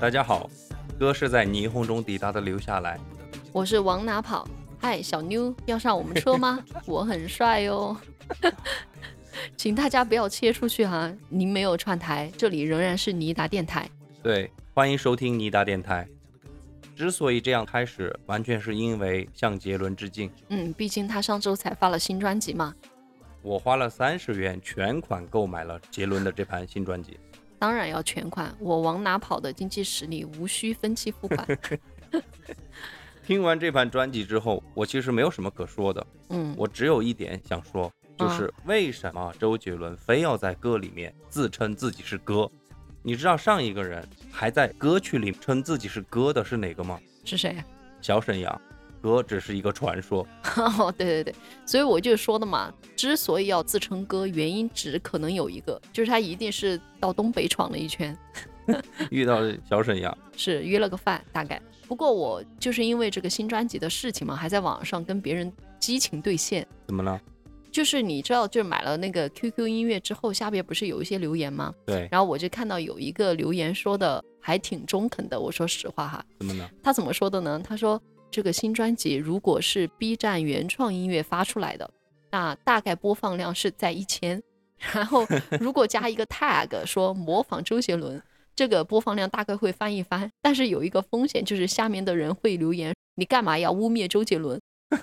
大家好，歌是在霓虹中抵达的，留下来。我是往哪跑？嗨，小妞，要上我们车 吗？我很帅哦， 请大家不要切出去哈、您没有串台，这里仍然是尼达电台。对，欢迎收听尼达电台。之所以这样开始，完全是因为向杰伦致敬。嗯，毕竟他上周才发了新专辑嘛。我花了三十元全款购买了杰伦的这盘新专辑。当然要全款，我往哪跑的经济实力无需分期付款。 听完这盘专辑之后，我其实没有什么可说的，嗯，我只有一点想说，就是为什么周杰伦非要在歌里面自称自己是歌？你知道上一个人还在歌曲里称自己是歌的是哪个吗？是谁？啊小沈阳，歌只是一个传说。 哦，对对对，所以我就说的嘛，之所以要自称哥，原因只可能有一个，就是他一定是到东北闯了一圈，遇到小沈阳，是约了个饭，大概。不过我就是因为这个新专辑的事情嘛，还在网上跟别人激情对线。怎么了？就是你知道，就是买了那个 QQ 音乐之后，下边不是有一些留言吗？对，然后我就看到有一个留言说的还挺中肯的，我说实话哈，怎么了？他怎么说的呢？他说这个新专辑如果是 B 站原创音乐发出来的，那大概播放量是在一千，然后如果加一个 tag 说模仿周杰伦，这个播放量大概会翻一番。但是有一个风险就是下面的人会留言你干嘛要污蔑周杰伦，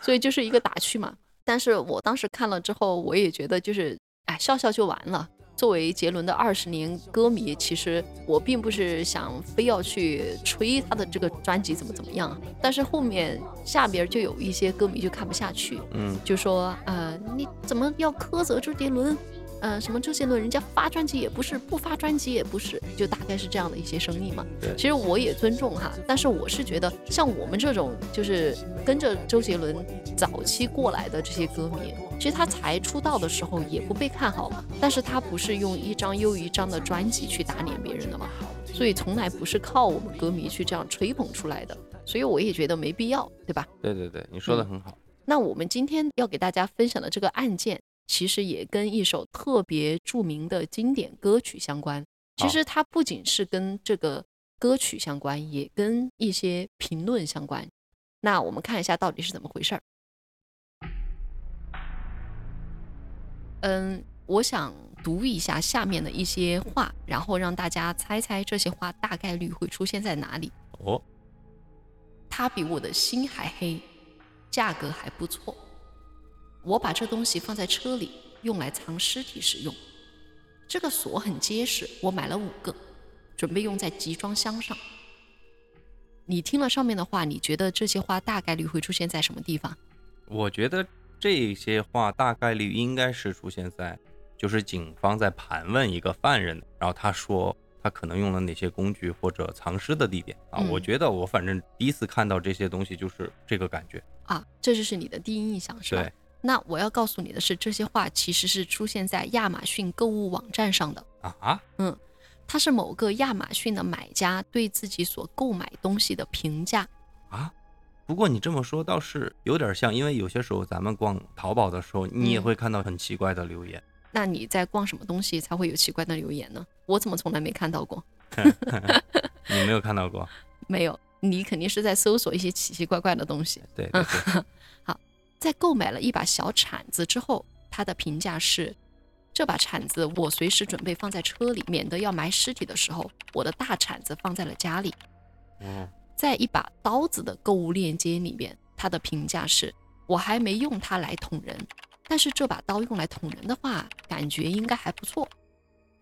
所以就是一个打趣嘛。但是我当时看了之后，我也觉得就是哎笑笑就完了。作为杰伦的二十年歌迷，其实我并不是想非要去吹他的这个专辑怎么怎么样，但是后面下边就有一些歌迷就看不下去，嗯，就说呃你怎么要苛责周杰伦？呃，什么周杰伦，人家发专辑也不是，不发专辑也不是，就大概是这样的一些声音嘛。对其实我也尊重哈，但是我是觉得像我们这种就是跟着周杰伦早期过来的这些歌迷，其实他才出道的时候也不被看好嘛，但是他不是用一张又一张的专辑去打脸别人的嘛，所以从来不是靠我们歌迷去这样吹捧出来的，所以我也觉得没必要，对吧？对对对，你说的很好。那我们今天要给大家分享的这个案件，其实也跟一首特别著名的经典歌曲相关。其实它不仅是跟这个歌曲相关，也跟一些评论相关。那我们看一下到底是怎么回事儿。嗯，我想读一下下面的一些话，然后让大家猜猜这些话大概率会出现在哪里。哦，它比我的心还黑，价格还不错。我把这东西放在车里，用来藏尸体使用。这个锁很结实，我买了五个，准备用在集装箱上。你听了上面的话，你觉得这些话大概率会出现在什么地方？我觉得这些话大概率应该是出现在，就是警方在盘问一个犯人，然后他说他可能用了哪些工具或者藏尸的地点啊。嗯我觉得我反正第一次看到这些东西就是这个感觉。啊，这就是你的第一印象，是吧对？，那我要告诉你的是，这些话其实是出现在亚马逊购物网站上的。啊，它是某个亚马逊的买家对自己所购买东西的评价。啊，不过你这么说倒是有点像，因为有些时候咱们逛淘宝的时候，你也嗯会看到很奇怪的留言。那你在逛什么东西才会有奇怪的留言呢？我怎么从来没看到过？你没有看到过？没有，你肯定是在搜索一些奇奇怪怪的东西。对 对对，在购买了一把小铲子之后，他的评价是：这把铲子我随时准备放在车里，免得要埋尸体的时候，我的大铲子放在了家里。嗯，在一把刀子的购物链接里面，他的评价是：我还没用它来捅人，但是这把刀用来捅人的话，感觉应该还不错。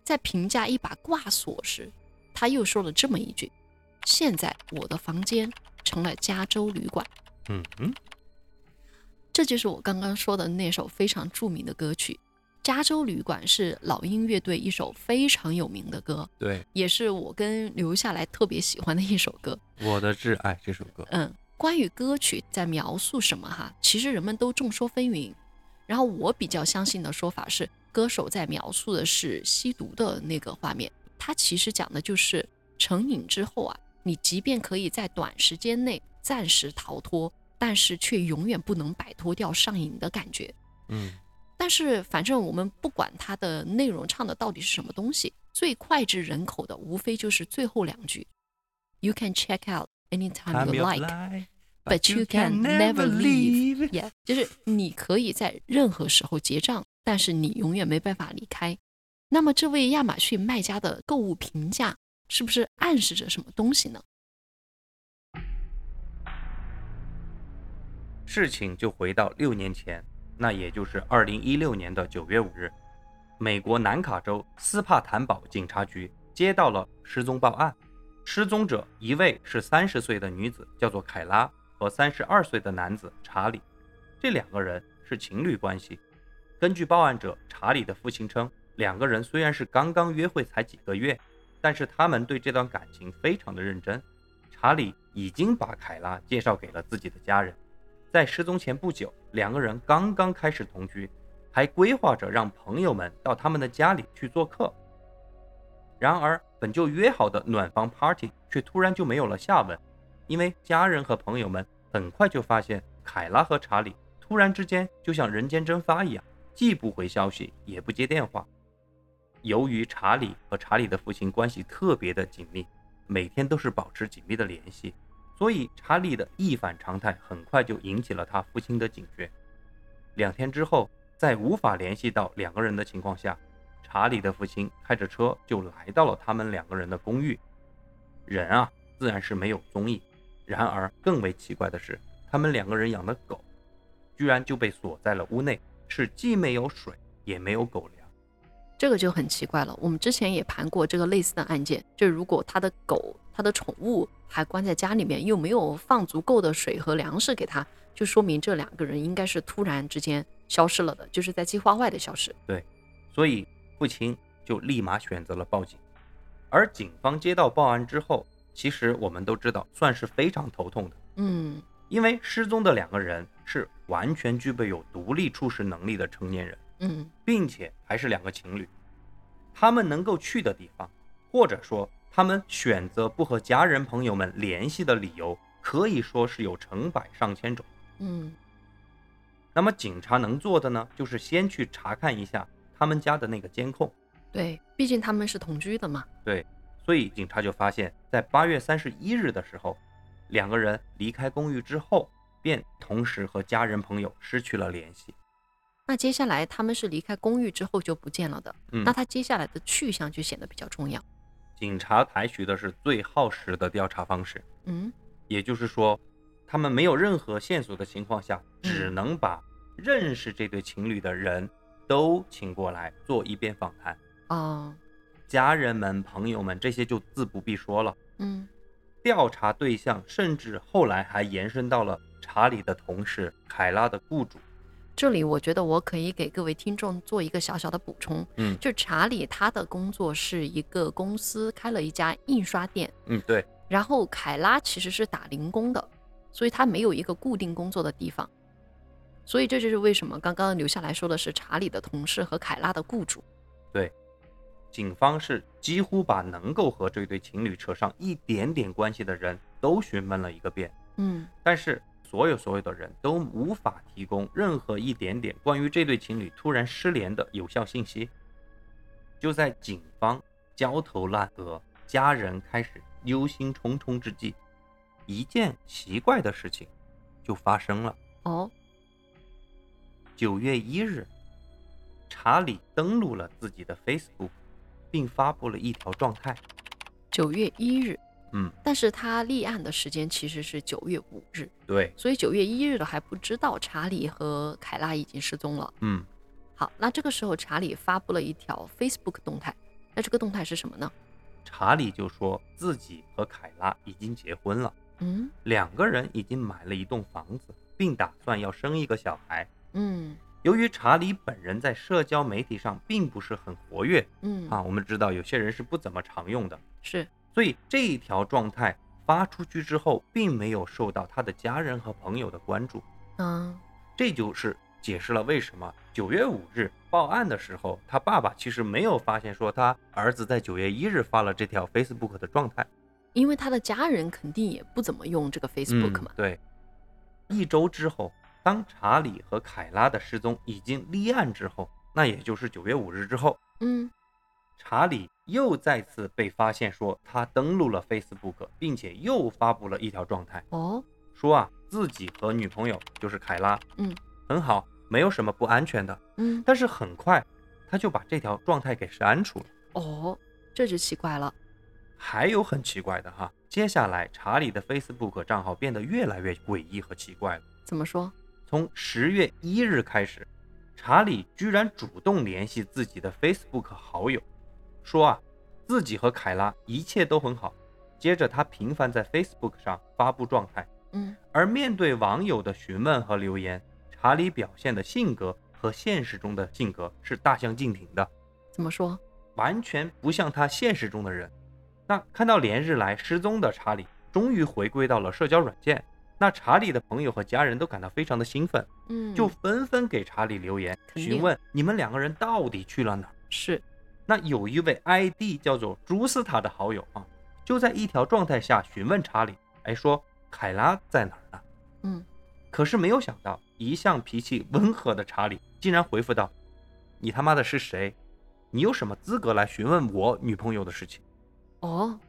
在评价一把挂锁时，他又说了这么一句：现在我的房间成了加州旅馆。嗯嗯，这就是我刚刚说的那首非常著名的歌曲《加州旅馆》，是老鹰乐队一首非常有名的歌，对，也是我跟留下来特别喜欢的一首歌。我的挚爱这首歌，嗯，关于歌曲在描述什么哈，其实人们都众说纷纭。然后我比较相信的说法是，歌手在描述的是吸毒的那个画面，它其实讲的就是成瘾之后啊，你即便可以在短时间内暂时逃脱，但是却永远不能摆脱掉上瘾的感觉。嗯，但是反正我们不管它的内容唱的到底是什么东西，最脍炙人口的，无非就是最后两句：“You can check out anytime Time you you like。” like, but you can never leave。 Yeah，就是你可以在任何时候结账，但是你永远没办法离开。那么，这位亚马逊卖家的购物评价是不是暗示着什么东西呢？事情就回到六年前，那也就是二零一六年的九月五日，美国南卡州斯帕坦堡警察局接到了失踪报案，失踪者一位是三十岁的女子，叫做凯拉，和三十二岁的男子查理，这两个人是情侣关系。根据报案者查理的父亲称，两个人虽然是刚刚约会才几个月，但是他们对这段感情非常的认真。查理已经把凯拉介绍给了自己的家人。在失踪前不久，两个人刚刚开始同居，还规划着让朋友们到他们的家里去做客。然而，本就约好的暖房 party 却突然就没有了下文，因为家人和朋友们很快就发现凯拉和查理突然之间就像人间蒸发一样，既不回消息，也不接电话。由于查理和查理的父亲关系特别的紧密，每天都是保持紧密的联系，所以查理的一反常态很快就引起了他父亲的警觉。两天之后，在无法联系到两个人的情况下，查理的父亲开着车就来到了他们两个人的公寓。人啊，自然是没有踪影。然而，更为奇怪的是，他们两个人养的狗，居然就被锁在了屋内，是既没有水，也没有狗粮。这个就很奇怪了。我们之前也盘过这个类似的案件，就如果他的狗、他的宠物还关在家里面，又没有放足够的水和粮食给他，就说明这两个人应该是突然之间消失了的，就是在计划外的消失。所以父亲就立马选择了报警。而警方接到报案之后，其实我们都知道，算是非常头痛的，嗯，因为失踪的两个人是完全具备有独立处事能力的成年人，嗯，并且还是两个情侣。他们能够去的地方，或者说他们选择不和家人朋友们联系的理由，可以说是有成百上千种。嗯，那么警察能做的呢，就是先去查看一下他们家的那个监控。对，毕竟他们是同居的嘛。所以警察就发现，在八月三十一日的时候，两个人离开公寓之后，便同时和家人朋友失去了联系。那接下来他们是离开公寓之后就不见了的，嗯那他接下来的去向就显得比较重要。警察采取的是最耗时的调查方式，嗯，也就是说，他们没有任何线索的情况下，只能把认识这对情侣的人都请过来做一遍访谈，哦，家人们、朋友们这些就自不必说了。嗯，调查对象甚至后来还延伸到了查理的同事、凯拉的雇主。这里我觉得我可以给各位听众做一个小小的补充，嗯就查理他的工作是一个公司开了一家印刷店，嗯，对。然后凯拉其实是打零工的，所以他没有一个固定工作的地方，所以这就是为什么刚刚留下来说的是查理的同事和凯拉的雇主。警方是几乎把能够和这对情侣扯上一点点关系的人都询问了一个遍，嗯，但是所有所有的人都无法提供任何一点点关于这对情侣突然失联的有效信息。就在警方焦头烂额、家人开始忧心忡忡之际，一件奇怪的事情就发生了。哦，九月一日，查理登录了自己的 Facebook，并发布了一条状态。九月一日，嗯，但是他立案的时间其实是九月五日，对，所以九月一日的还不知道查理和凯拉已经失踪了。嗯，好，那这个时候查理发布了一条 Facebook 动态，那这个动态是什么呢？查理就说自己和凯拉已经结婚了，嗯两个人已经买了一栋房子，并打算要生一个小孩。嗯由于查理本人在社交媒体上并不是很活跃嗯，啊，我们知道有些人是不怎么常用的，是所以这一条状态发出去之后，并没有受到他的家人和朋友的关注。嗯这就是解释了为什么九月五日报案的时候，他爸爸其实没有发现说他儿子在九月一日发了这条 Facebook 的状态。因为他的家人肯定也不怎么用这个 Facebook 嘛嗯。。对，一周之后，当查理和凯拉的失踪已经立案之后，那也就是九月五日之后，嗯查理又再次被发现说他登录了 Facebook，并且又发布了一条状态，哦，说啊自己和女朋友就是凯拉，嗯，很好，没有什么不安全的。嗯，但是很快他就把这条状态给删除了。哦，这就奇怪了。还有很奇怪的哈，接下来查理的 Facebook 账号变得越来越诡异和奇怪了。怎么说？从十月一日开始，查理居然主动联系自己的 Facebook 好友，说啊，自己和凯拉一切都很好。接着他频繁在 Facebook 上发布状态，嗯，而面对网友的询问和留言，查理表现的性格和现实中的性格是大相径庭的，怎么说？完全不像他现实中的人。那看到连日来失踪的查理终于回归到了社交软件，那查理的朋友和家人都感到非常的兴奋。嗯，就纷纷给查理留言，肯定询问你们两个人到底去了哪儿。是那有一位 ID 叫做朱斯塔的好友啊，就在一条状态下询问查理，哎，说凯拉在哪儿呢？嗯，可是没有想到，一向脾气温和的查理竟然回复道：“你他妈的是谁？你有什么资格来询问我女朋友的事情哦，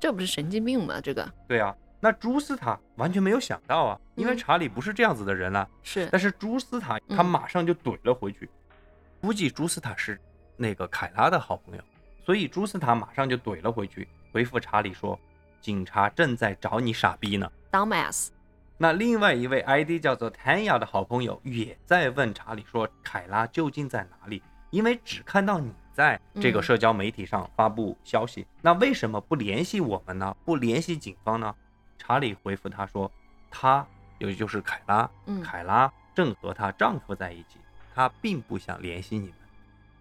这不是神经病吗？这个？”对啊，那朱斯塔完全没有想到啊，因为嗯查理不是这样子的人啊，是但是朱斯塔嗯他马上就怼了回去，估计朱斯塔是那个凯拉的好朋友，所以朱斯塔马上就怼了回去，回复查理说：“警察正在找你傻逼呢。 dumbass。” 那另外一位 ID 叫做 Tanya 的好朋友也在问查理说：“凯拉究竟在哪里？”因为只看到你在这个嗯社交媒体上发布消息，那为什么不联系我们呢？不联系警方呢？查理回复他说：“他，也就是凯拉，嗯，凯拉正和她丈夫在一起，她并不想联系你们。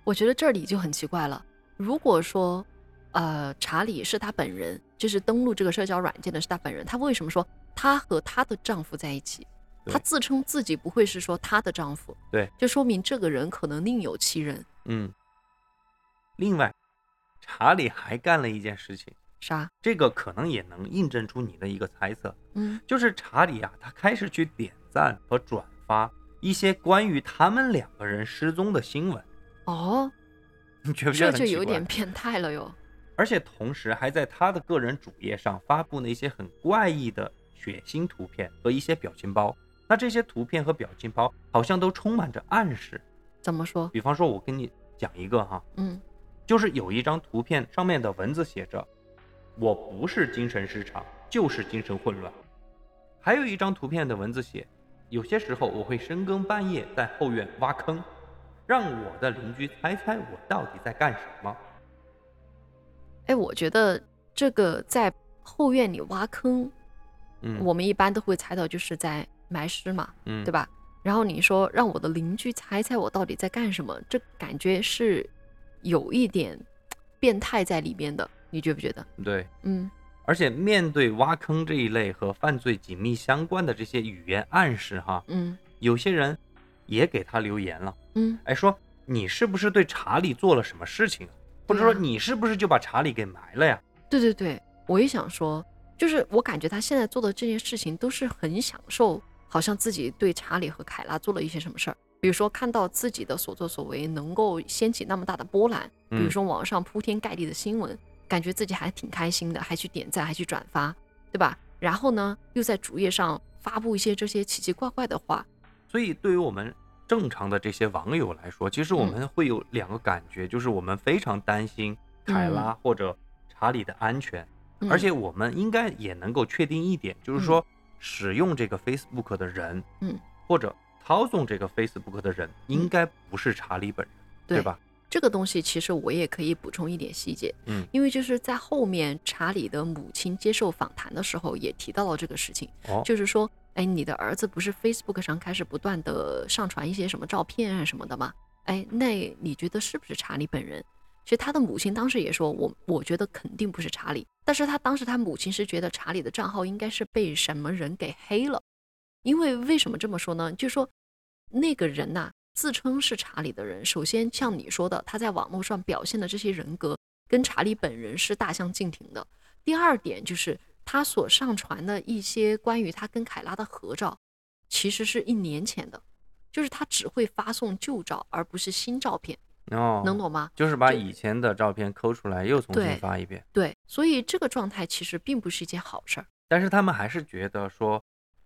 我觉得这里就很奇怪了。如果说，呃，查理是他本人，就是登录这个社交软件的是他本人，他为什么说他和他的丈夫在一起？对他自称自己不会是说他的丈夫，对，就说明这个人可能另有其人，嗯。另外，查理还干了一件事情，啥？这个可能也能印证出你的一个猜测，嗯，就是查理啊，他开始去点赞和转发一些关于他们两个人失踪的新闻。哦，你觉不觉这得很就奇有怪？点变态了哟。而且同时还在他的个人主页上发布了一些很怪异的血腥图片和一些表情包。那这些图片和表情包好像都充满着暗示，怎 么说？比方说，我跟你讲一个哈，嗯，就是有一张图片上面的文字写着“我不是精神失常，就是精神混乱”，还有一张图片的文字写“有些时候我会深更半夜在后院挖坑，让我的邻居猜猜我到底在干什么哎，我觉得这个在后院里挖坑，”。嗯，我们一般都会猜到就是在埋尸嘛。嗯对吧？然后你说让我的邻居猜猜我到底在干什么，这感觉是有一点变态在里边的，你觉不觉得？对。嗯，而且面对挖坑这一类和犯罪紧密相关的这些语言暗示，哈，嗯有些人也给他留言了。嗯，哎，说你是不是对查理做了什么事情啊？或者说对啊你是不是就把查理给埋了呀？对对对，我也想说，就是我感觉他现在做的这件事情都是很享受，好像自己对查理和凯拉做了一些什么事儿，比如说看到自己的所作所为能够掀起那么大的波澜，比如嗯说网上铺天盖地的新闻，感觉自己还挺开心的，还去点赞，还去转发，对吧？然后呢，又在主页上发布一些这些奇奇怪怪的话，所以对于我们正常的这些网友来说，其实我嗯们会有两个感觉，就是我们非常担心凯拉或者查理的安全，嗯而且我们应该也能够确定一点，就是说使用这个 Facebook 的人，嗯，或者操纵这个 Facebook 的人，应该不是查理本人，对吧？这个东西其实我也可以补充一点细节，嗯因为就是在后面查理的母亲接受访谈的时候也提到了这个事情，哦，就是说，哎，你的儿子不是 Facebook 上开始不断的上传一些什么照片啊什么的吗？哎，那你觉得是不是查理本人？其实他的母亲当时也说，我我觉得肯定不是查理，但是他当时他母亲是觉得查理的账号应该是被什么人给黑了，因为为什么这么说呢？就是说那个人呐、自称是查理的人，首先像你说的，他在网络上表现的这些人格跟查理本人是大相径庭的，第二点就是他所上传的一些关于他跟凯拉的合照，其实是一年前的，就是他只会发送旧照而不是新照片。哦，能懂吗？就是把就以前的照片抠出来，又重对新发一遍。对，所以这个状态其实并不是一件好事儿。但是他们还是觉得说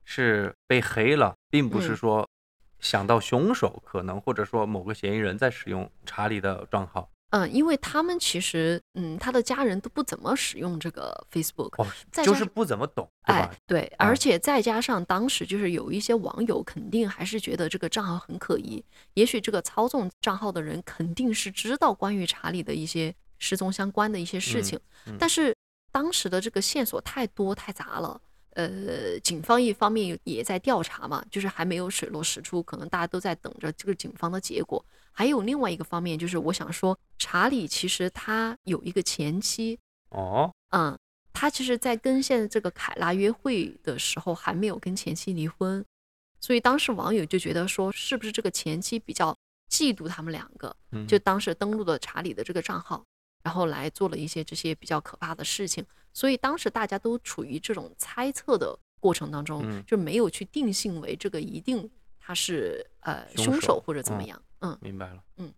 是被黑了，并不是嗯说想到凶手可能，或者说某个嫌疑人在使用查理的账号。嗯，因为他们其实，嗯，他的家人都不怎么使用这个 Facebook，哦，再就加是上不怎么懂，对哎吧？，对，啊而且再加上当时就是有一些网友肯定还是觉得这个账号很可疑，也许这个操纵账号的人肯定是知道关于查理的一些失踪相关的一些事情，嗯嗯但是当时的这个线索太多太杂了。呃，警方一方面也在调查嘛，就是还没有水落石出，可能大家都在等着这个警方的结果。还有另外一个方面，就是我想说，查理其实他有一个前妻，哦，嗯，他其实，在跟现在这个凯拉约会的时候，还没有跟前妻离婚，所以当时网友就觉得说，是不是这个前妻比较嫉妒他们两个？嗯就当时登录了查理的这个账号，然后来做了一些这些比较可怕的事情。所以当时大家都处于这种猜测的过程当中，嗯就没有去定性为这个一定他是呃凶凶手手或者怎么嗯样。嗯明白了。嗯，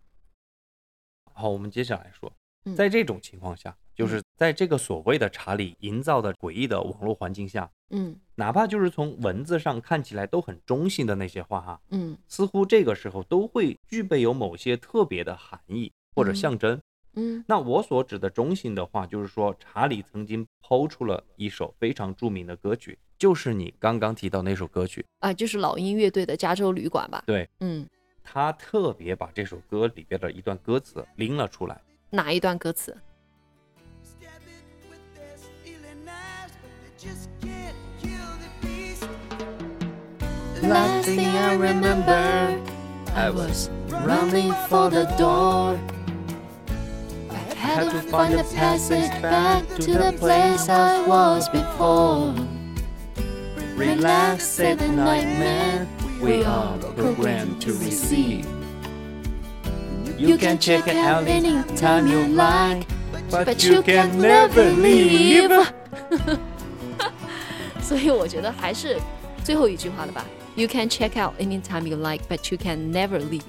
好，我们接下来说，嗯在这种情况下，就是在这个所谓的查理营造的诡异的网络环境下，嗯哪怕就是从文字上看起来都很中性的那些话哈，嗯似乎这个时候都会具备有某些特别的含义或者嗯象征。嗯那我所指的中性的话，就是说查理曾经抛出了一首非常著名的歌曲，就是你刚刚提到那首歌曲。啊，就是老鹰乐队的《加州旅馆》吧？对，嗯，他特别把这首歌里边的一段歌词拎了出来。哪一段歌词？ Stab it with their steely knives, but they just can't kill the beast. Last thing I remember, I was running for the door. I had to find a passage back to the place I was before. Relax, said the nightmare we are programmed to receive. You can check it out anytime you like, but you can never leave. 所以我觉得还是最后一句话了吧。You can check out anytime you like, but you can never leave。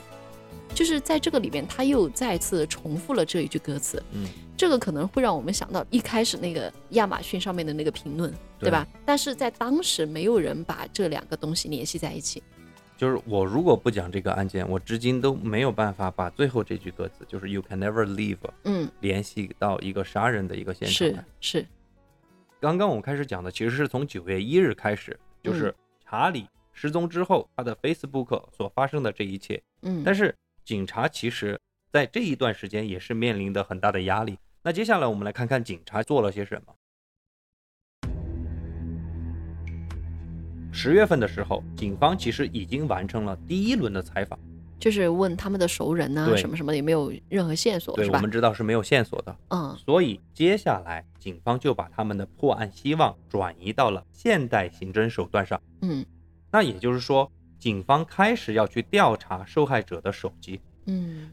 就是在这个里面，他又再次重复了这一句歌词。嗯，这个可能会让我们想到一开始那个亚马逊上面的那个评论，对对吧？但是在当时，没有人把这两个东西联系在一起。就是我如果不讲这个案件，我至今都没有办法把最后这句歌词，就是 "You can never leave" 嗯，联系到一个杀人的一个现场是来。是，刚刚我们开始讲的其实是从九月一日开始，就是嗯查理失踪之后，他的 Facebook 所发生的这一切。嗯但是警察其实在这一段时间也是面临的很大的压力。那接下来我们来看看警察做了些什么。十月份的时候，警方其实已经完成了第一轮的采访，哦就是问他们的熟人呐、对什么什么，也没有任何线索，对是我吧们？知道是没有线索的，嗯所以接下来警方就把他们的破案希望转移到了现代刑侦手段上。嗯那也就是说，警方开始要去调查受害者的手机，嗯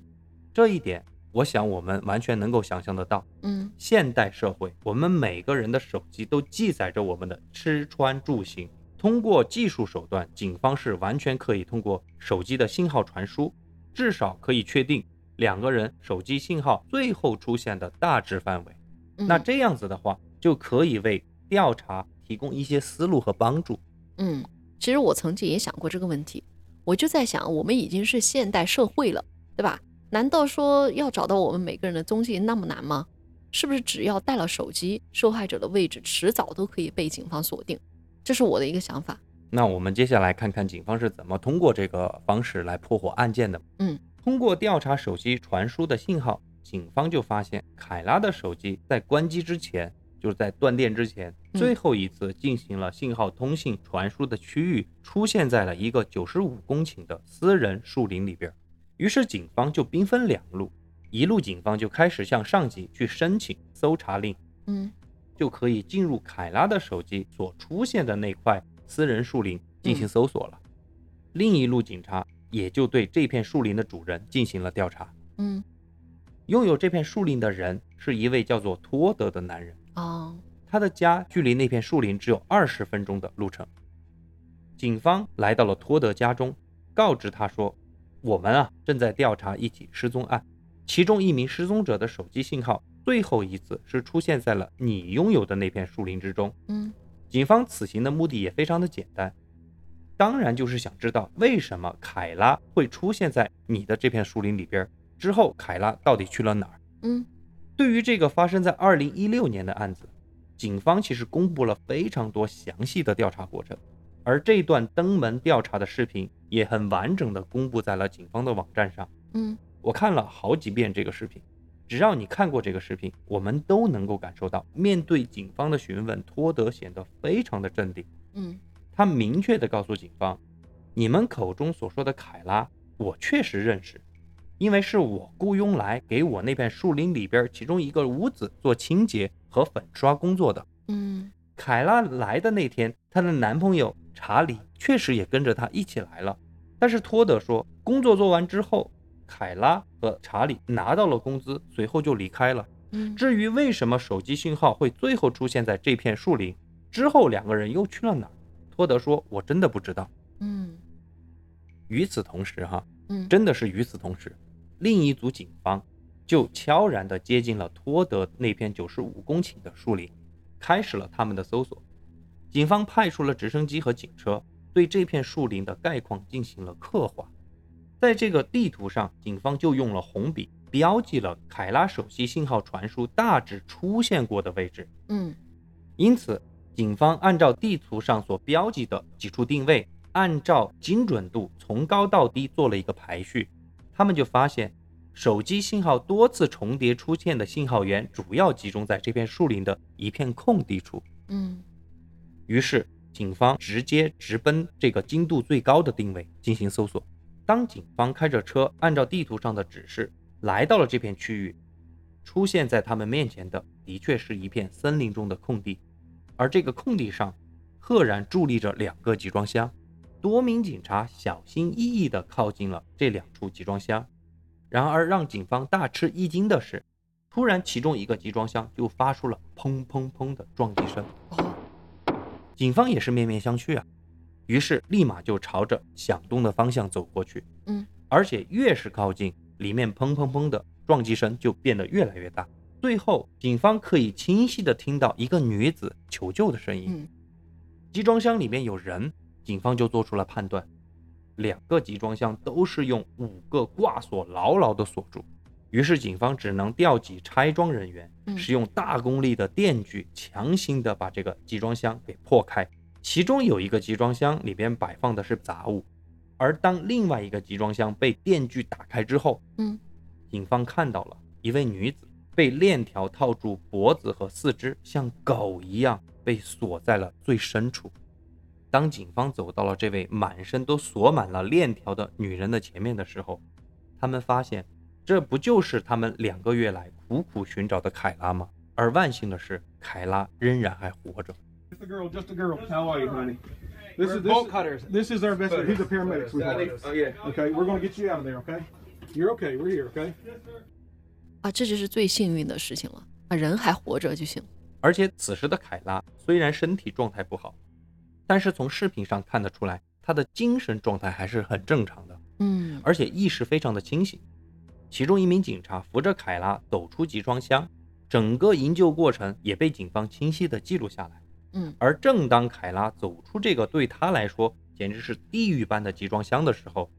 这一点，我想我们完全能够想象得到。嗯，现代社会，我们每个人的手机都记载着我们的吃穿住行。通过技术手段，警方是完全可以通过手机的信号传输，至少可以确定两个人手机信号最后出现的大致范围。嗯那这样子的话，就可以为调查提供一些思路和帮助。嗯，其实我曾经也想过这个问题，我就在想，我们已经是现代社会了，对吧？难道说要找到我们每个人的踪迹那么难吗？是不是只要带了手机，受害者的位置迟早都可以被警方锁定？这是我的一个想法。那我们接下来看看警方是怎么通过这个方式来破获案件的。嗯，通过调查手机传输的信号，警方就发现凯拉的手机在关机之前，就是在断电之前，嗯最后一次进行了信号通信传输的区域出现在了一个九十五公顷的私人树林里边儿。于是警方就兵分两路，一路警方就开始向上级去申请搜查令，嗯就可以进入凯拉的手机所出现的那块私人树林进行搜索了。另一路警察也就对这片树林的主人进行了调查。嗯拥有这片树林的人是一位叫做托德的男人，哦他的家距离那片树林只有二十分钟的路程。警方来到了托德家中，告知他说：“我们啊正在调查一起失踪案，其中一名失踪者的手机信号最后一次是出现在了你拥有的那片树林之中。嗯警方此行的目的也非常的简单，当然就是想知道为什么凯拉会出现在你的这片树林里边儿，之后凯拉到底去了哪儿？嗯对于这个发生在二零一六年的案子，警方其实公布了非常多详细的调查过程，而这段登门调查的视频也很完整的公布在了警方的网站上。嗯我看了好几遍这个视频，只要你看过这个视频，我们都能够感受到，面对警方的询问，托德显得非常的镇定。嗯他明确地告诉警方：“你们口中所说的凯拉，我确实认识，因为是我雇佣来给我那片树林里边其中一个屋子做清洁和粉刷工作的。嗯凯拉来的那天，她的男朋友查理确实也跟着她一起来了。但是托德说，工作做完之后，凯拉和查理拿到了工资，随后就离开了。嗯，至于为什么手机信号会最后出现在这片树林，之后两个人又去了哪儿，托德说：“我真的不知道。嗯”与此同时，哈，嗯真的是与此同时，另一组警方就悄然地接近了托德那片九十五公顷的树林，开始了他们的搜索。警方派出了直升机和警车，对这片树林的概况进行了刻画。在这个地图上，警方就用了红笔标记了凯拉手机信号传输大致出现过的位置。嗯因此，警方按照地图上所标记的几处定位，按照精准度从高到低做了一个排序。他们就发现，手机信号多次重叠出现的信号源主要集中在这片树林的一片空地处。嗯于是，警方直接直奔这个精度最高的定位进行搜索。当警方开着车，按照地图上的指示来到了这片区域，出现在他们面前的的确是一片森林中的空地，而这个空地上赫然伫立着两个集装箱。多名警察小心翼翼地靠近了这两处集装箱。然而，让警方大吃一惊的是，突然其中一个集装箱就发出了砰砰砰的撞击声。哦警方也是面面相觑啊，于是立马就朝着响动的方向走过去。嗯，而且越是靠近，里面砰砰砰的撞击声就变得越来越大。最后，警方可以清晰地听到一个女子求救的声音。嗯集装箱里面有人，警方就做出了判断，两个集装箱都是用五个挂锁牢牢地锁住。于是，警方只能调集拆装人员，嗯使用大功率的电锯强行地把这个集装箱给破开。其中有一个集装箱里边摆放的是杂物，而当另外一个集装箱被电锯打开之后，嗯警方看到了一位女子被链条套住脖子和四肢，像狗一样被锁在了最深处。当警方走到了这位满身都锁满了链条的女人的前面的时候，他们发现这不就是他们两个月来苦苦寻找的凯拉吗？而万幸的是，凯拉仍然还活着。 Just a girl, just a girl. How are you, honey? This We're is this, bolt cutters. This is our investigator. He's a paramedic, sweetheart. Oh, yeah. Okay, we're gonna get you out of there. Okay, you're okay. We're here. Okay. 啊，这就是最幸运的事情了啊，人还活着就行。而且此时的凯拉虽然身体状态不好，但是从视频上看得出来，她的精神状态还是很正常的，嗯而且意识非常的清醒。其中一名警察扶着凯拉走出集装箱，整个营救过程也被警方清晰的记录下来。嗯而正当凯拉走出这个对她来说简直是地狱般的集装箱的时候，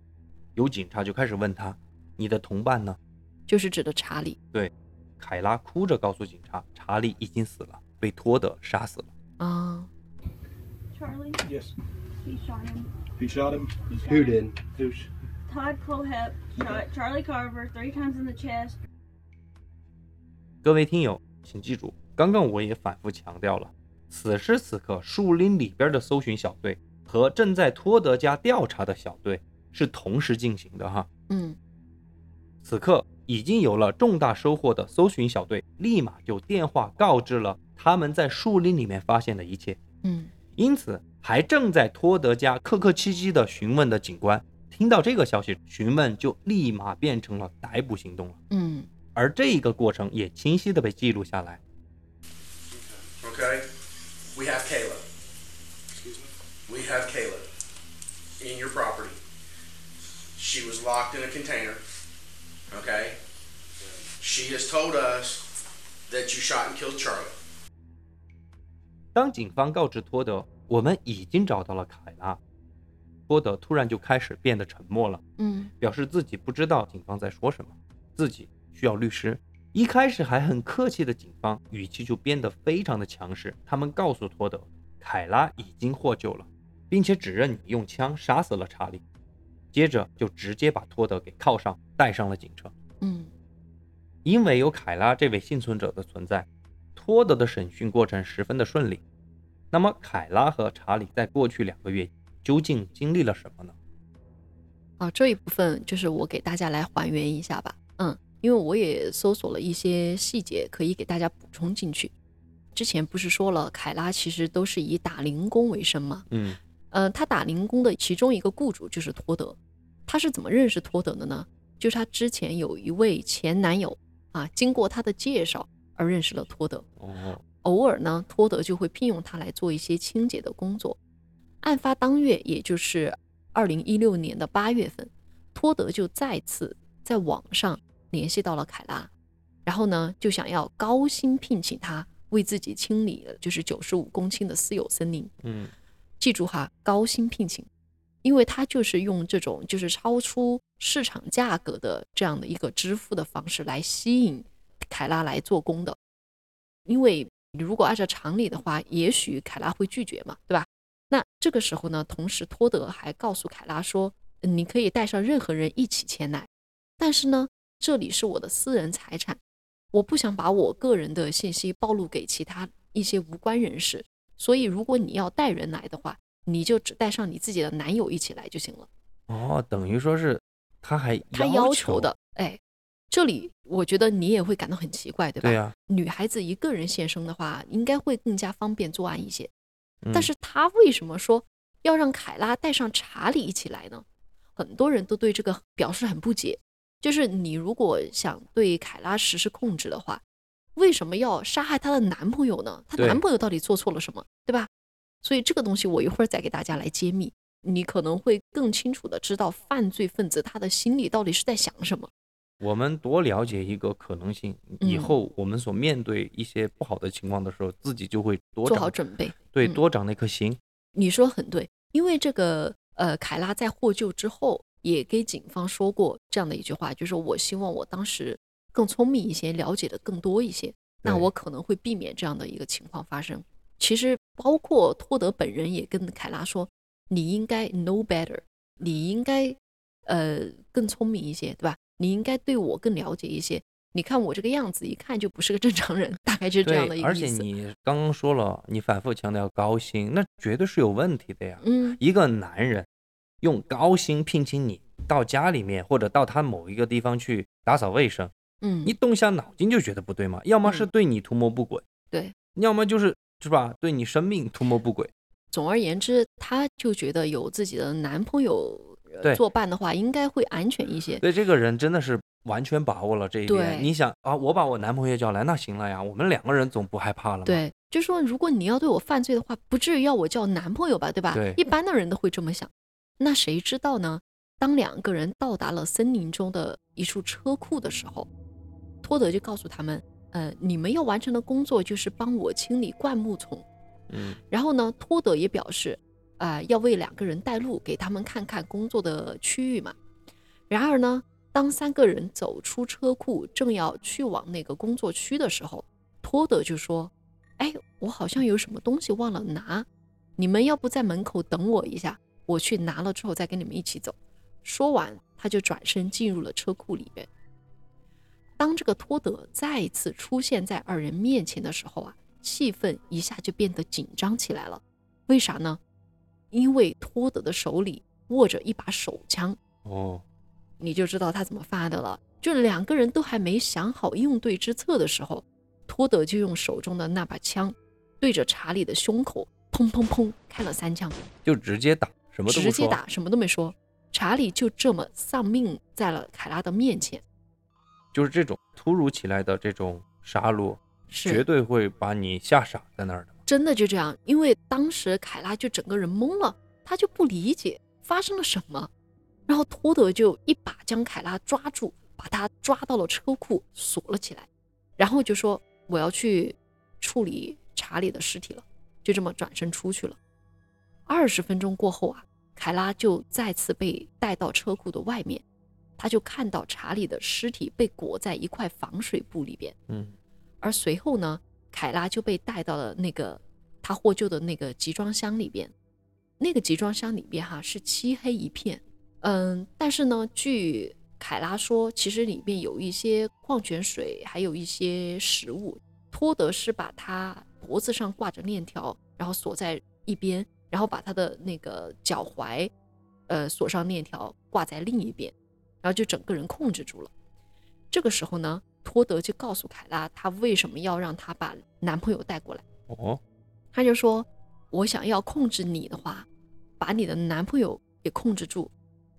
有警察就开始问她：“你的同伴呢就是指的查理？”凯拉哭着告诉警察，查理已经死了，被托德杀死了。啊。 Charlie, Yes. he shot him. He shot him. He shot Who him. did? Who's? Todd Clohep shot Charlie Carver three times in the chest. 各位听友，请记住，刚刚我也反复强调了，此时此刻，树林里边的搜寻小队和正在托德家调查的小队是同时进行的哈。嗯此刻已经有了重大收获的搜寻小队，立马就电话告知了他们在树林里面发现的一切。嗯因此，还正在托德家客客气气的询问的警官，听到这个消息，询问就立马变成了逮捕行动了。嗯而这一个过程也清晰的被记录下来。 Okay? We have Caleb. Excuse me? We have Caleb in your property. She was locked in a container. Okay? She has told us that you shot and killed Charlie. 当警方告知托德我们已经找到了凯拉，托德突然就开始变得沉默了，嗯表示自己不知道警方在说什么，自己需要律师。一开始还很客气的警方，语气就变得非常的强势。他们告诉托德，凯拉已经获救了，并且指认你用枪杀死了查理。接着就直接把托德给铐上，带上了警车。嗯因为有凯拉这位幸存者的存在，托德的审讯过程十分的顺利。那么，凯拉和查理在过去两个月究竟经历了什么呢？啊，这一部分就是我给大家来还原一下吧。嗯，因为我也搜索了一些细节，可以给大家补充进去。之前不是说了，凯拉其实都是以打零工为生嘛。嗯，呃，他打零工的其中一个雇主就是托德。他是怎么认识托德的呢？就是他之前有一位前男友啊，经过他的介绍而认识了托德。哦，偶尔呢，托德就会聘用他来做一些清洁的工作。案发当月，也就是二零一六年的八月份，托德就再次在网上联系到了凯拉，然后呢，就想要高薪聘请他为自己清理就是九十五公顷的私有森林。嗯，记住哈，高薪聘请，因为他就是用这种就是超出市场价格的这样的一个支付的方式来吸引凯拉来做工的。因为如果按照常理的话，也许凯拉会拒绝嘛，对吧？那这个时候呢，同时托德还告诉凯拉说，嗯你可以带上任何人一起前来，但是呢，这里是我的私人财产，我不想把我个人的信息暴露给其他一些无关人士，所以如果你要带人来的话，你就只带上你自己的男友一起来就行了。哦，等于说是他还他要要求的，，哎，这里我觉得你也会感到很奇怪，对吧？对呀、女孩子一个人现身的话，应该会更加方便作案一些。嗯但是他为什么说要让凯拉带上查理一起来呢？很多人都对这个表示很不解。就是你如果想对凯拉实施控制的话，为什么要杀害她的男朋友呢？她对男朋友到底做错了什么，对吧？所以这个东西我一会儿再给大家来揭秘，你可能会更清楚的知道犯罪分子他的心里到底是在想什么。我们多了解一个可能性，以嗯后我们所面对一些不好的情况的时候，自己就会多做长好准备。对嗯多长那颗心。你说很对，因为这个呃，凯拉在获救之后也给警方说过这样的一句话，就是我希望我当时更聪明一些，了解的更多一些，那对我可能会避免这样的一个情况发生。其实包括托德本人也跟凯拉说，你应该 know better，你应该呃更聪明一些，对吧？你应该对我更了解一些。你看我这个样子，一看就不是个正常人，大概就是这样的一对，个而意且思。你刚刚说了，你反复强调高薪，那绝对是有问题的呀。嗯，一个男人用高薪聘请你到家里面或者到他某一个地方去打扫卫生，嗯，你动一下脑筋就觉得不对嘛，要么是嗯对你图谋不轨，对，要么就是是吧，对你生命图谋不轨，总而言之，她就觉得有自己的男朋友呃对作伴的话，应该会安全一些。对这个人真的是完全把握了这一对点。你想啊，我把我男朋友叫来，那行了呀，我们两个人总不害怕了嘛。对，就说如果你要对我犯罪的话，不至于要我叫男朋友吧，对吧？对一般的人都会这么想。那谁知道呢？当两个人到达了森林中的一处车库的时候，托德就告诉他们，呃，你们要完成的工作就是帮我清理灌木丛。嗯，然后呢，托德也表示，啊、要为两个人带路，给他们看看工作的区域嘛。然而呢，当三个人走出车库，正要去往那个工作区的时候，托德就说：“哎，我好像有什么东西忘了拿，你们要不在门口等我一下，我去拿了之后再跟你们一起走。”说完，他就转身进入了车库里面。当这个托德再次出现在二人面前的时候啊，气氛一下就变得紧张起来了。为啥呢？因为托德的手里握着一把手枪，哦，你就知道他怎么发的了。就两个人都还没想好应对之策的时候，托德就用手中的那把枪对着查理的胸口砰砰砰开了三枪，就直接打，什么都不直接说。打，什么都没说。查理就这么丧命在了凯拉的面前，就是这种突如其来的这种杀戮，是绝对会把你吓傻在那儿的。真的就这样，因为当时凯拉就整个人懵了，她就不理解发生了什么，然后托德就一把将凯拉抓住，把他抓到了车库锁了起来，然后就说我要去处理查理的尸体了，就这么转身出去了。二十分钟过后啊，凯拉就再次被带到车库的外面，他就看到查理的尸体被裹在一块防水布里边。嗯，而随后呢，凯拉就被带到了那个他获救的那个集装箱里边。那个集装箱里边哈是漆黑一片，嗯，但是呢，据凯拉说，其实里面有一些矿泉水，还有一些食物。托德是把他脖子上挂着链条，然后锁在一边，然后把他的那个脚踝，呃，锁上链条，挂在另一边，然后就整个人控制住了。这个时候呢，托德就告诉凯拉，他为什么要让她把男朋友带过来。哦，他就说：“我想要控制你的话，把你的男朋友也控制住，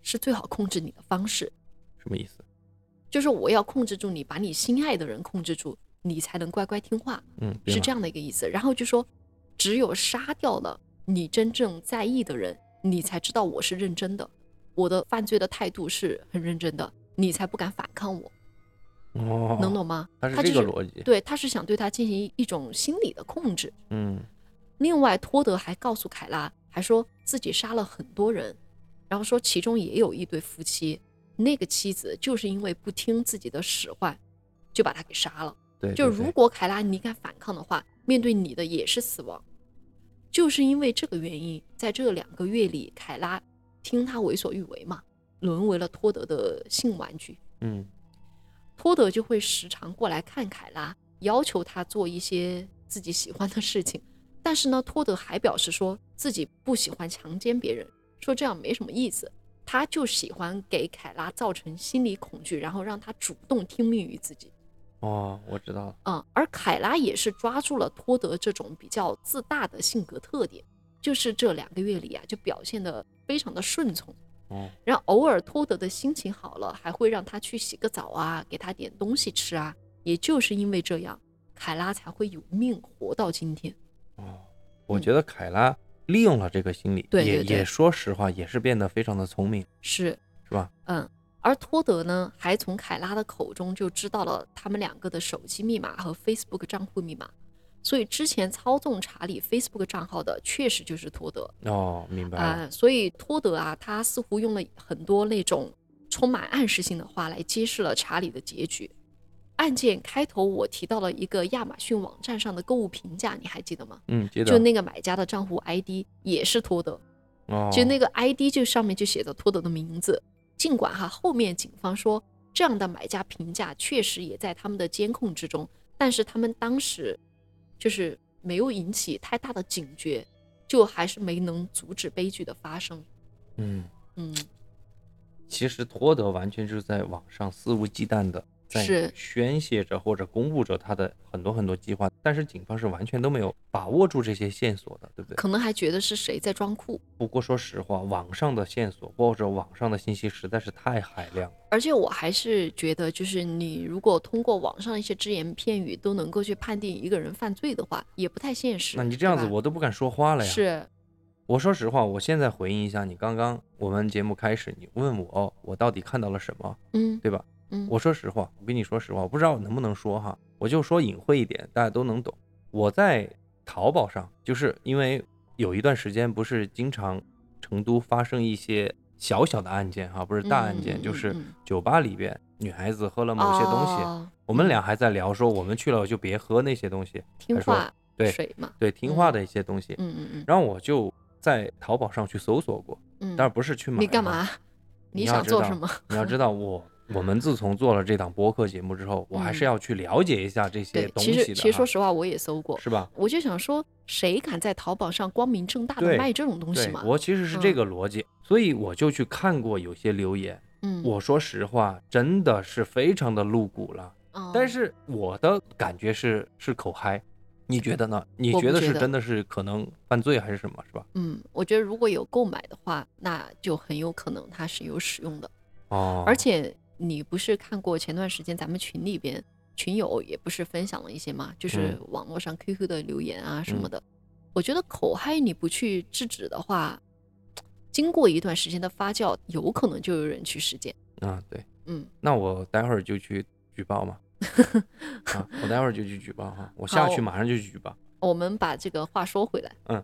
是最好控制你的方式。什么意思？就是我要控制住你，把你心爱的人控制住，你才能乖乖听话，嗯，对是吧这样的一个意思。然后就说，只有杀掉了你真正在意的人，你才知道我是认真的，我的犯罪的态度是很认真的，你才不敢反抗我，哦，能懂吗？他是他这就个是逻辑，对，他是想对他进行一种心理的控制。”嗯，另外，托德还告诉凯拉，还说自己杀了很多人，然后说其中也有一对夫妻，那个妻子就是因为不听自己的使唤，就把他给杀了。对，就对对如果凯拉你敢反抗的话，面对你的也是死亡。就是因为这个原因，在这两个月里，凯拉听他为所欲为嘛，沦为了托德的性玩具。嗯，托德就会时常过来看凯拉，要求她做一些自己喜欢的事情。但是呢，托德还表示说自己不喜欢强奸别人，说这样没什么意思。他就喜欢给凯拉造成心理恐惧，然后让她主动听命于自己。哦，我知道了，嗯，而凯拉也是抓住了托德这种比较自大的性格特点，就是这两个月里啊，就表现得非常的顺从。哦，然后偶尔托德的心情好了，还会让他去洗个澡啊，给他点东西吃啊。也就是因为这样，凯拉才会有命活到今天。哦，我嗯觉得凯拉利用了这个心理，对对也对也说实话，也是变得非常的聪明，是，是吧？嗯。而托德呢，还从凯拉的口中就知道了他们两个的手机密码和 Facebook 账户密码，所以之前操纵查理 Facebook 账号的确实就是托德。哦，明白啊、了，所以托德啊，他似乎用了很多那种充满暗示性的话来揭示了查理的结局。案件开头我提到了一个亚马逊网站上的购物评价，你还记得吗？嗯，记得就那个买家的账户 ID 也是托德，哦，就那个 ID 就上面就写着托德的名字。尽管哈后面警方说这样的买家评价确实也在他们的监控之中，但是他们当时就是没有引起太大的警觉，就还是没能阻止悲剧的发生。嗯，嗯，其实托德完全就是在网上肆无忌惮的在是宣泄着或者公布着他的很多很多计划，但是警方是完全都没有把握住这些线索的，对不对？可能还觉得是谁在装酷。不过说实话，网上的线索或者网上的信息实在是太海量了。而且我还是觉得，就是你如果通过网上一些只言片语都能够去判定一个人犯罪的话，也不太现实。那你这样子，对吧我都不敢说话了呀。，是我说实话，我现在回应一下你刚刚我们节目开始，你问我、哦、我到底看到了什么，嗯对吧？嗯，我说实话，我跟你说实话，我不知道能不能说哈，我就说隐晦一点，大家都能懂。我在淘宝上，就是因为有一段时间不是经常成都发生一些小小的案件哈，不是大案件，嗯嗯就是嗯嗯酒吧里边女孩子喝了某些东西，哦我们俩还在聊说我们去了就别喝那些东西，听还说话对水嘛，对听话的一些东西。嗯嗯然后我就在淘宝上去搜索过，嗯嗯，但是不是去买你干哈嘛？你你要想知做道什么？你要知道我，我们自从做了这档播客节目之后，我还是嗯要去了解一下这些对，东西其的哈。实其实说实话，我也搜过，是吧？我就想说，谁敢在淘宝上光明正大的对卖这种东西对嘛，？我其实是这嗯个逻辑，所以我就去看过有些留言。嗯，我说实话，真的是非常的露骨了。嗯，但是我的感觉是是口嗨，你觉得呢？你我觉不得觉是得真的是可能犯罪还是什么？是吧？嗯，我觉得如果有购买的话，那就很有可能它是有使用的。哦，而且你不是看过前段时间咱们群里边群友也不是分享了一些嘛，就是嗯网络上 QQ 的留言啊什么的。我觉得口嗨你不去制止的话，经过一段时间的发酵，有可能就有人去实践。啊，对，嗯，那我待会儿就去举报 嘛。啊，我待会儿就去举报哈、我下好去马上就去举报。我们把这个话说回来，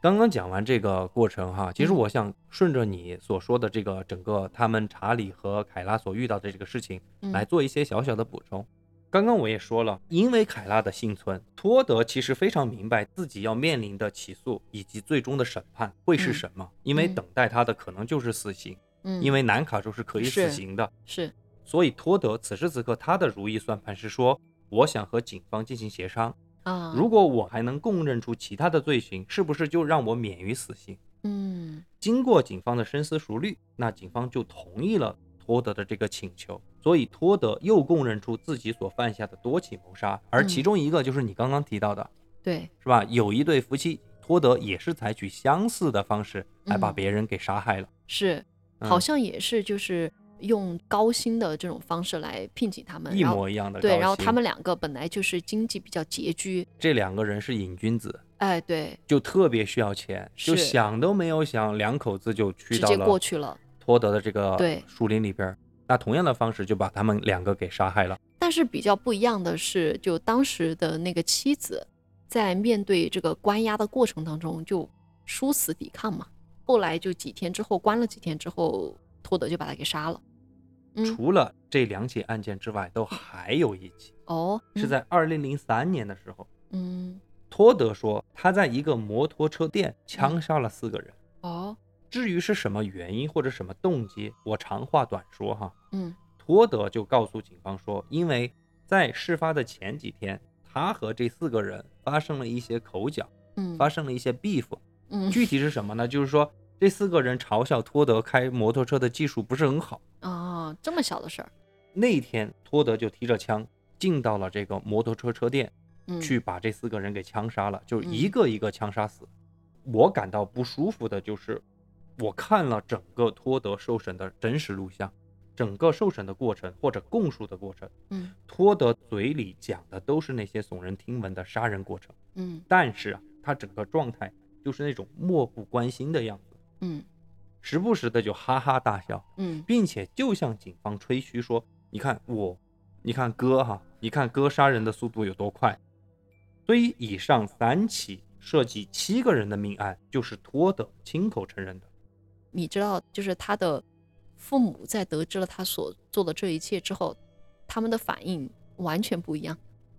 刚刚讲完这个过程哈，其实嗯我想顺着你所说的这个整个他们查理和凯拉所遇到的这个事情嗯来做一些小小的补充。刚刚我也说了，因为凯拉的幸存，托德其实非常明白自己要面临的起诉以及最终的审判会是嗯什么，因为嗯等待他的可能就是死刑，嗯，因为为南卡州是可以死是刑的。是所以托德此时此刻他的如意算盘是说，我想和警方进行协商，啊，如果我还能供认出其他的罪行，是不是就让我免于死刑？嗯经过警方的深思熟虑，那警方就同意了托德的这个请求。所以托德又供认出自己所犯下的多起谋嗯杀，而其中一个就是你刚刚提到的，对，是吧？有一对夫妻，托德也是采取相似的方式来把嗯别人给杀害了。是，嗯好像也是就是用高薪的这种方式来聘请他们，一然后模一样的对，高然后薪他们两个本来就是经济比较拮据，这两个人是瘾君子，哎，对，就特别需要钱，就是想都没有想，两口子就去直到接过了去了。托德的这个对树林里边儿。那同样的方式就把他们两个给杀害了。但是比较不一样的是，就当时的那个妻子在面对这个关押的过程当中，就殊死抵抗嘛。后来就几天之后关了几天之后，托德就把他给杀了。嗯，除了这两起案件之外，都还有一起，哦，是在二零零三年的时候，嗯，嗯托德说他在一个摩托车店嗯枪杀了四个人。哦，至于是什么原因或者什么动机，我长话短说哈。嗯托德就告诉警方说，因为在事发的前几天，他和这四个人发生了一些口角，嗯，发生了一些 beef。嗯具体是什么呢？就是说这四个人嘲笑托德开摩托车的技术不是很好。哦，这么小的事儿，那天托德就提着枪进到了这个摩托车车店，嗯，去把这四个人给枪杀了，就是一个一个枪杀死。我感到不舒服的就是，我看了整个托德受审的真实录像，整个受审的过程或者供述的过程，嗯托德嘴里讲的都是那些耸人听闻的杀人过程，嗯但是啊，他整个状态就是那种漠不关心的样子，嗯时不时的就哈哈大笑。嗯并且就向警方吹嘘说：“你看我，你看哥哈，你看哥杀人的速度有多快。”所以，以上三起涉及七个人的命案，就是托德亲口承认的。你知道，就是他的父母在得知了他所做的这一切之后，他们的反应完全不一样。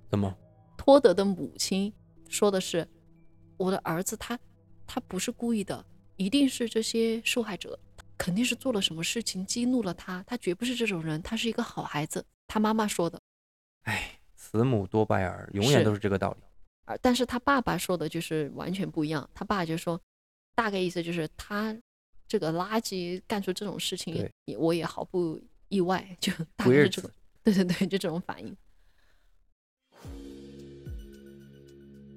怎么？托德的母亲说的是：“我的儿子他他不是故意的，一定是这些受害者肯定是做了什么事情激怒了他，他绝不是这种人，他是一个好孩子。”他妈妈说的，哎，慈母多败儿，永是远都是这个道理。而但是他爸爸说的就是完全不一样。他爸就说，大概意思就是他这个垃圾干出这种事情对，也我也毫不意外，就大概是 Weird 这个，对对对，就这种反应。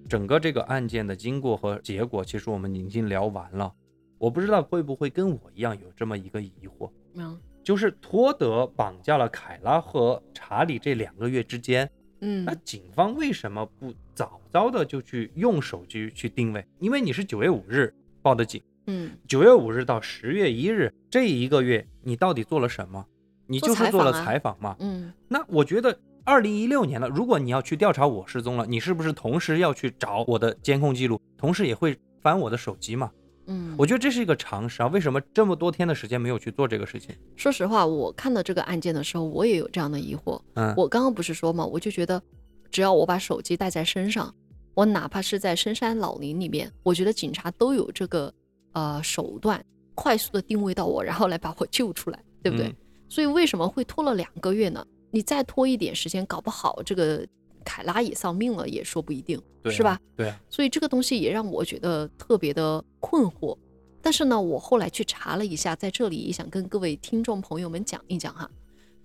整个这个案件的经过和结果，其实我们已经聊完了。我不知道会不会跟我一样有这么一个疑惑，嗯就是托德绑架了凯拉和查理这两个月之间，那嗯，警方为什么不早早的就去用手机去定位？因为你是九月五日报的警，嗯，九月五日到十月一日这一个月，你到底做了什么？你做就是采做了访啊采访嘛。嗯，那我觉得二零一六年了，如果你要去调查我失踪了，你是不是同时要去找我的监控记录，同时也会翻我的手机嘛？嗯，我觉得这是一个常识啊。为什么这么多天的时间没有去做这个事情？说实话，我看到这个案件的时候，我也有这样的疑惑。嗯，我刚刚不是说嘛，我就觉得，只要我把手机带在身上，我哪怕是在深山老林里面，我觉得警察都有这个呃手段，快速的定位到我，然后来把我救出来，对不对？嗯所以为什么会拖了两个月呢？你再拖一点时间，搞不好这个凯拉也丧命了，也说不一定，对啊是吧？？对啊，所以这个东西也让我觉得特别的困惑。但是呢，我后来去查了一下，在这里也想跟各位听众朋友们讲一讲哈，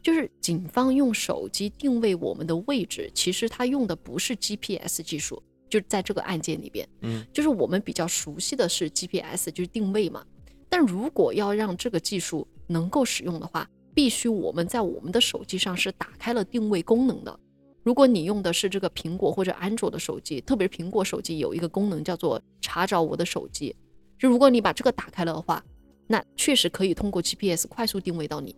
就是警方用手机定位我们的位置，其实它用的不是 GPS 技术，就在这个案件里边，嗯，就是我们比较熟悉的是 GPS，就是定位嘛。但如果要让这个技术能够使用的话，必须我们在我们的手机上是打开了定位功能的。如果你用的是这个苹果或者安卓的手机，特别是苹果手机有一个功能叫做“查找我的手机”，就如果你把这个打开了的话，那确实可以通过 GPS 快速定位到你。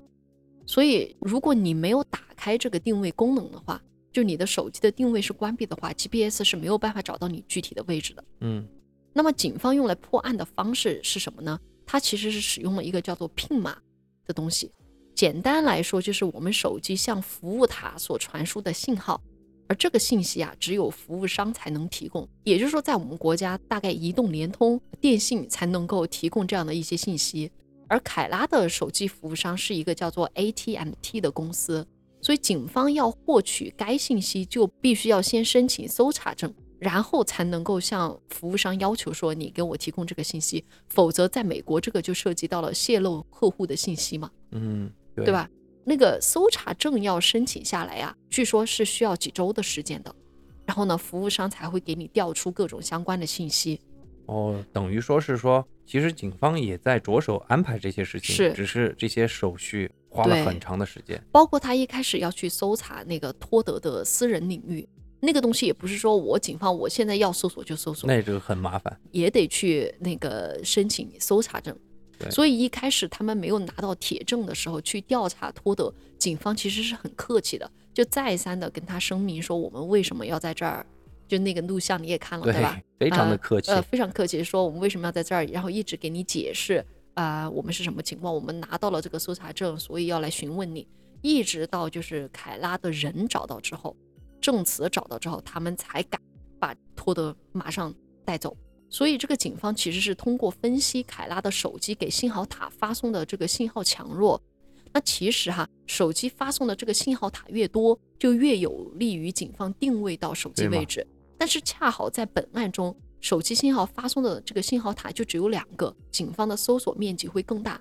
所以，如果你没有打开这个定位功能的话，就你的手机的定位是关闭的话，GPS 是没有办法找到你具体的位置的。嗯那么，警方用来破案的方式是什么呢？它其实是使用了一个叫做 PIN 码的东西。简单来说，就是我们手机向服务塔所传输的信号，而这个信息啊，只有服务商才能提供。也就是说，在我们国家，大概移动、联通、电信才能够提供这样的一些信息。而凯拉的手机服务商是一个叫做 AT&T 的公司，所以警方要获取该信息，就必须要先申请搜查证，然后才能够向服务商要求说你给我提供这个信息，否则在美国这个就涉及到了泄露客户的信息嘛，嗯，对对？吧？那个搜查证要申请下来呀、据说是需要几周的时间的，然后呢，服务商才会给你调出各种相关的信息。哦，等于说是说，其实警方也在着手安排这些事情，是只是这些手续花了对很长的时间。包括他一开始要去搜查那个托德的私人领域，那个东西也不是说我警方我现在要搜索就搜索，那这个很麻烦，也得去那个申请搜查证对。所以一开始他们没有拿到铁证的时候去调查托德，警方其实是很客气的，就再三的跟他声明说我们为什么要在这儿，就那个录像你也看了对吧？，非常的呃客气，呃，非常客气，说我们为什么要在这儿，然后一直给你解释啊、我们是什么情况，我们拿到了这个搜查证，所以要来询问你，一直到就是凯拉的人找到之后，证词找到之后，他们才敢把托德马上带走。所以这个警方其实是通过分析凯拉的手机给信号塔发送的这个信号强弱。那其实哈，手机发送的这个信号塔越多，就越有利于警方定位到手机对吗位置。但是恰好在本案中，手机信号发送的这个信号塔就只有两个，警方的搜索面积会更大，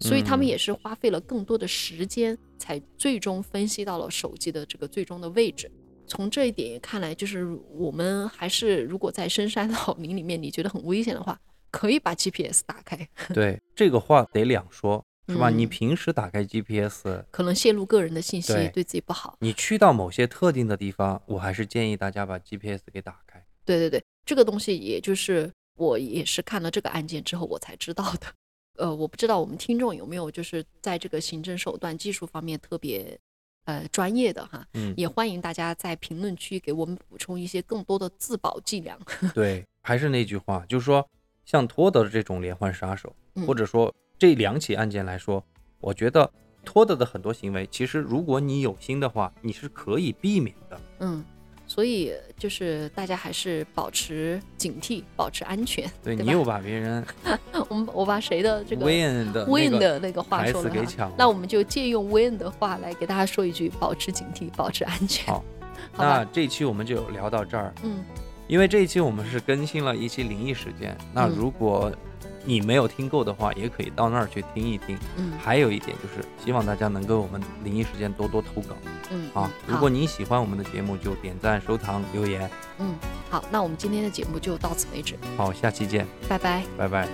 所以他们嗯也是花费了更多的时间，才最终分析到了手机的这个最终的位置。从这一点也看来，就是我们还是如果在深山老林里面，你觉得很危险的话，可以把 GPS 打开，对这个话得两说，是吧？你嗯平时打开 GPS，可能泄露个人的信息对，对自己不好。你去到某些特定的地方，我还是建议大家把 GPS 给打开。对对对，这个东西也就是我也是看了这个案件之后我才知道的。呃，我不知道我们听众有没有就是在这个行政手段技术方面特别呃专业的哈，嗯，也欢迎大家在评论区给我们补充一些更多的自保伎俩。对，还是那句话，就是说，像托德这种连环杀手，嗯或者说这两起案件来说，我觉得托德的很多行为，其实如果你有心的话，你是可以避免的。嗯，所以就是大家还是保持警惕，保持安全，对对你吧又把别人我们我把谁的 这个 Win 的 Win 那的个那个话台说词了给哈抢了那我们就借用 Win 的话来给大家说一句：保持警惕，保持安全。好好吧那这期我们就聊到这儿，嗯，因为这一期我们是更新了一期灵异事件。那嗯如果你没有听够的话，也可以到那儿去听一听。嗯还有一点就是，希望大家能给我们灵异事件多多投稿嗯啊！嗯如好果你喜欢我们的节目，就点赞、收藏、留言。嗯好，那我们今天的节目就到此为止，好，下期见，拜拜。拜拜。